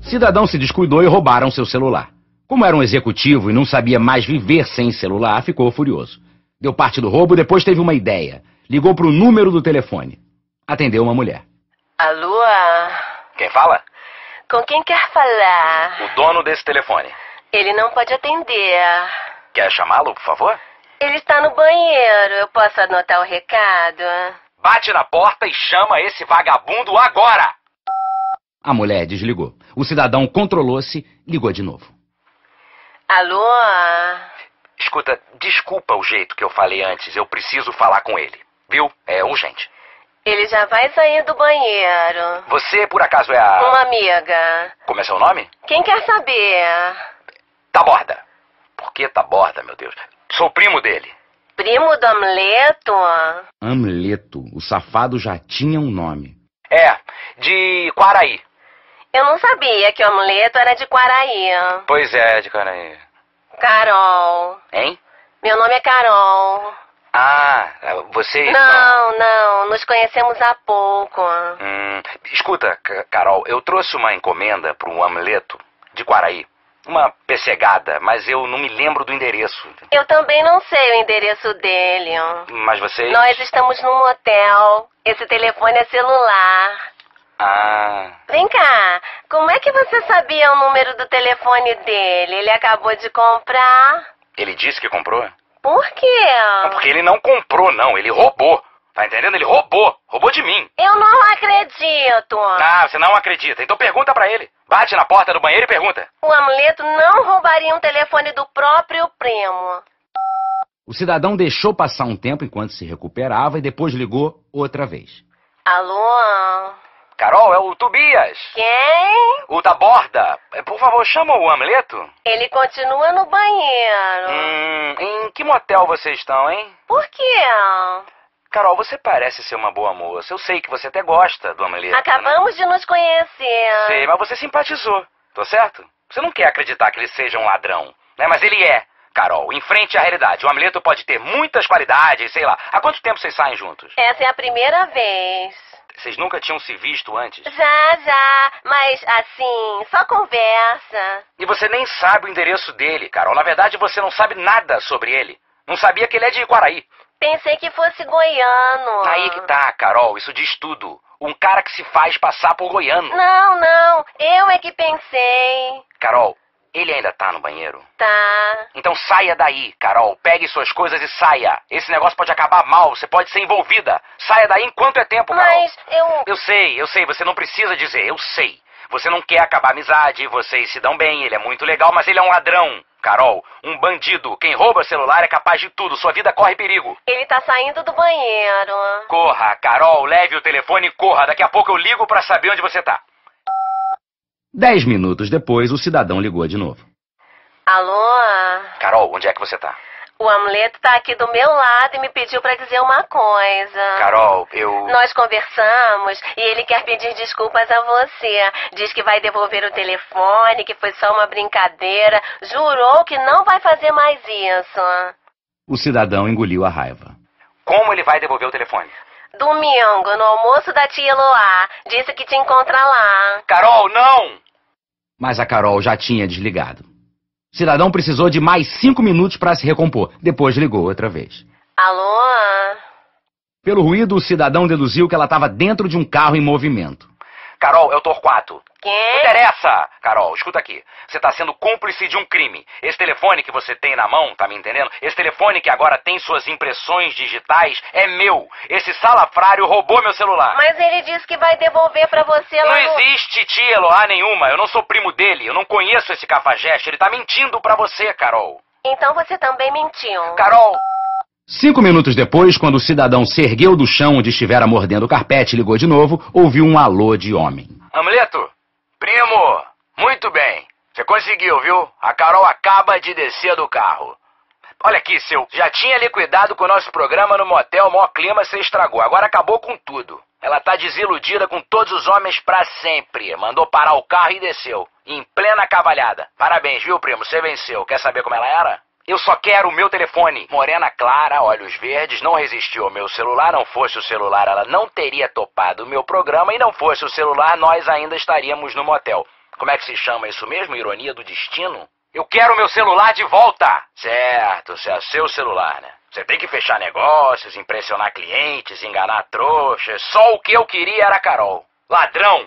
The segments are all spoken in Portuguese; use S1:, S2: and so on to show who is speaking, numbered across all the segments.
S1: cidadão se descuidou e roubaram seu celular. Como era um executivo e não sabia mais viver sem celular, ficou furioso. Deu parte do roubo, depois teve uma ideia. Ligou para o número do telefone. Atendeu uma mulher.
S2: Alô?
S3: Quem fala?
S2: Com quem quer falar?
S3: O dono desse telefone.
S2: Ele não pode atender.
S3: Quer chamá-lo, por favor?
S2: Ele está no banheiro. Eu posso anotar o recado?
S3: Bate na porta e chama esse vagabundo agora!
S1: A mulher desligou. O cidadão controlou-se, ligou de novo.
S2: Alô?
S3: Escuta, desculpa o jeito que eu falei antes. Eu preciso falar com ele. Viu? É urgente.
S2: Ele já vai sair do banheiro.
S3: Você, por acaso, é a.
S2: Uma amiga.
S3: Como é seu nome?
S2: Quem quer saber?
S3: Taborda. Por que Taborda, meu Deus? Sou primo dele.
S2: Primo do Amleto?
S1: Amleto, o safado já tinha um nome.
S3: É, de Quaraí.
S2: Eu não sabia que o Amleto era de Quaraí.
S3: Pois é, de Quaraí.
S2: Carol.
S3: Hein?
S2: Meu nome é Carol.
S3: Ah, você.
S2: Não, não, nos conhecemos há pouco.
S3: Hum, escuta, C- Carol, eu trouxe uma encomenda para um Amleto de Quaraí. Uma pessegada, mas eu não me lembro do endereço.
S2: Eu também não sei o endereço dele.
S3: Mas vocês.
S2: Nós estamos num hotel. Esse telefone é celular.
S3: Ah.
S2: Vem cá, como é que você sabia o número do telefone dele? Ele acabou de comprar.
S3: Ele disse que comprou?
S2: Por quê?
S3: Não, Ah, porque ele não comprou, não. Ele roubou. Tá entendendo? Ele roubou. Roubou de mim.
S2: Eu não acredito.
S3: Ah, você não acredita. Então pergunta pra ele. Bate na porta do banheiro e pergunta.
S2: O amuleto não roubaria um telefone do próprio primo.
S1: O cidadão deixou passar um tempo enquanto se recuperava e depois ligou outra vez.
S2: Alô?
S3: Carol, é o Tobias.
S2: Quem?
S3: O da borda. Eh, Por favor, chama o Amleto.
S2: Ele continua no banheiro.
S3: Hum, em que motel vocês estão, hein?
S2: Por quê?
S3: Carol, você parece ser uma boa moça. Eu sei que você até gosta do Amleto. né?
S2: Acabamos de nos conhecer.
S3: Sei, mas você simpatizou, tá certo? Você não quer acreditar que ele seja um ladrão, né? Mas ele é. Carol, enfrente a realidade. O Amleto pode ter muitas qualidades, sei lá. Há quanto tempo vocês saem juntos?
S2: Essa é a primeira vez.
S3: Vocês nunca tinham se visto antes?
S2: Já, já. Mas assim, só conversa.
S3: E você nem sabe o endereço dele, Carol. Na verdade, você não sabe nada sobre ele. Não sabia que ele é de Quaraí.
S2: Pensei que fosse goiano.
S3: Aí que tá, Carol. Isso diz tudo. Um cara que se faz passar por goiano.
S2: Não, não. Eu é que pensei.
S3: Carol, ele ainda tá no banheiro?
S2: Tá.
S3: Então saia daí, Carol. Pegue suas coisas e saia. Esse negócio pode acabar mal. Você pode ser envolvida. Saia daí enquanto é tempo, Carol.
S2: Mas eu.
S3: Eu sei, eu sei. Você não precisa dizer. Eu sei. Você não quer acabar a amizade. Vocês se dão bem. Ele é muito legal, mas ele é um ladrão. Carol, um bandido. Quem rouba celular é capaz de tudo. Sua vida corre perigo.
S2: Ele tá saindo do banheiro.
S3: Corra, Carol. Leve o telefone e corra. Daqui a pouco eu ligo pra saber onde você tá.
S1: Dez minutos depois, o cidadão ligou de novo.
S2: Alô?
S3: Carol, onde é que você tá?
S2: O amuleto tá aqui do meu lado e me pediu pra dizer uma coisa.
S3: Carol, eu.
S2: Nós conversamos e ele quer pedir desculpas a você. Diz que vai devolver o telefone, que foi só uma brincadeira. Jurou que não vai fazer mais isso.
S1: O cidadão engoliu a raiva.
S3: Como ele vai devolver o telefone?
S2: Domingo, no almoço da tia Eloá, disse que te encontra lá.
S3: Carol, não!
S1: Mas a Carol já tinha desligado. O cidadão precisou de mais cinco minutos para se recompor. Depois ligou outra vez.
S2: Alô?
S1: Pelo ruído, o cidadão deduziu que ela estava dentro de um carro em movimento.
S3: Carol, é o Torquato. Não
S2: Quem?
S3: interessa! Carol, escuta aqui. Você tá sendo cúmplice de um crime. Esse telefone que você tem na mão, tá me entendendo? Esse telefone que agora tem suas impressões digitais é meu. Esse salafrário roubou meu celular.
S2: Mas ele disse que vai devolver pra você lá
S3: Não
S2: no...
S3: existe tia Eloá nenhuma. Eu não sou primo dele. Eu não conheço esse cafajeste. Ele tá mentindo pra você, Carol.
S2: Então você também mentiu.
S3: Carol,
S1: Cinco minutos depois, quando o cidadão se ergueu do chão onde estivera mordendo o carpete e ligou de novo, ouviu um alô de homem.
S3: Amuleto, primo, muito bem. Você conseguiu, viu? A Carol acaba de descer do carro. Olha aqui, seu. Já tinha liquidado com o nosso programa no motel, maior clima você estragou. Agora acabou com tudo. Ela tá desiludida com todos os homens pra sempre. Mandou parar o carro e desceu. Em plena cavalhada. Parabéns, viu, primo? Você venceu. Quer saber como ela era? Eu só quero o meu telefone. Morena Clara, olhos verdes, não resistiu ao meu celular. Não fosse o celular, ela não teria topado o meu programa. E não fosse o celular, nós ainda estaríamos no motel. Como é que se chama isso mesmo? Ironia do destino? Eu quero meu celular de volta! Certo, se é seu celular, né? Você tem que fechar negócios, impressionar clientes, enganar trouxas. Só o que eu queria era a Carol. Ladrão,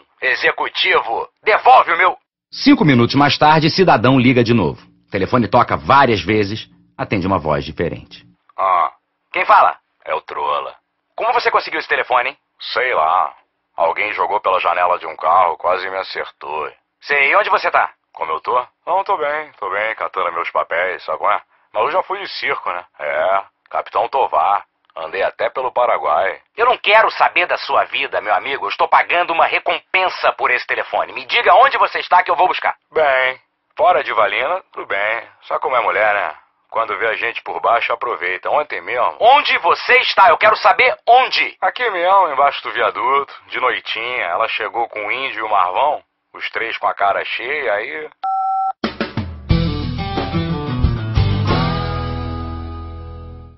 S3: executivo, devolve o meu.
S1: Cinco minutos mais tarde, cidadão liga de novo. O telefone toca várias vezes, atende uma voz diferente.
S3: Ah, quem fala? É o Trola. Como você conseguiu esse telefone, hein? Sei lá. Alguém jogou pela janela de um carro, quase me acertou. Sei, e onde você tá? Como eu tô? Não, tô bem, tô bem, catando meus papéis, sabe qual é? Mas eu já fui de circo, né? É, Capitão Tovar. Andei até pelo Paraguai. Eu não quero saber da sua vida, meu amigo. Eu estou pagando uma recompensa por esse telefone. Me diga onde você está que eu vou buscar. Bem, fora de Valina, tudo bem. Só como é mulher, né? Quando vê a gente por baixo, aproveita. Ontem mesmo. Onde você está? Eu quero saber onde. Aqui mesmo, embaixo do um viaduto, de noitinha. Ela chegou com o índio e o Marvão, os três com a cara cheia, aí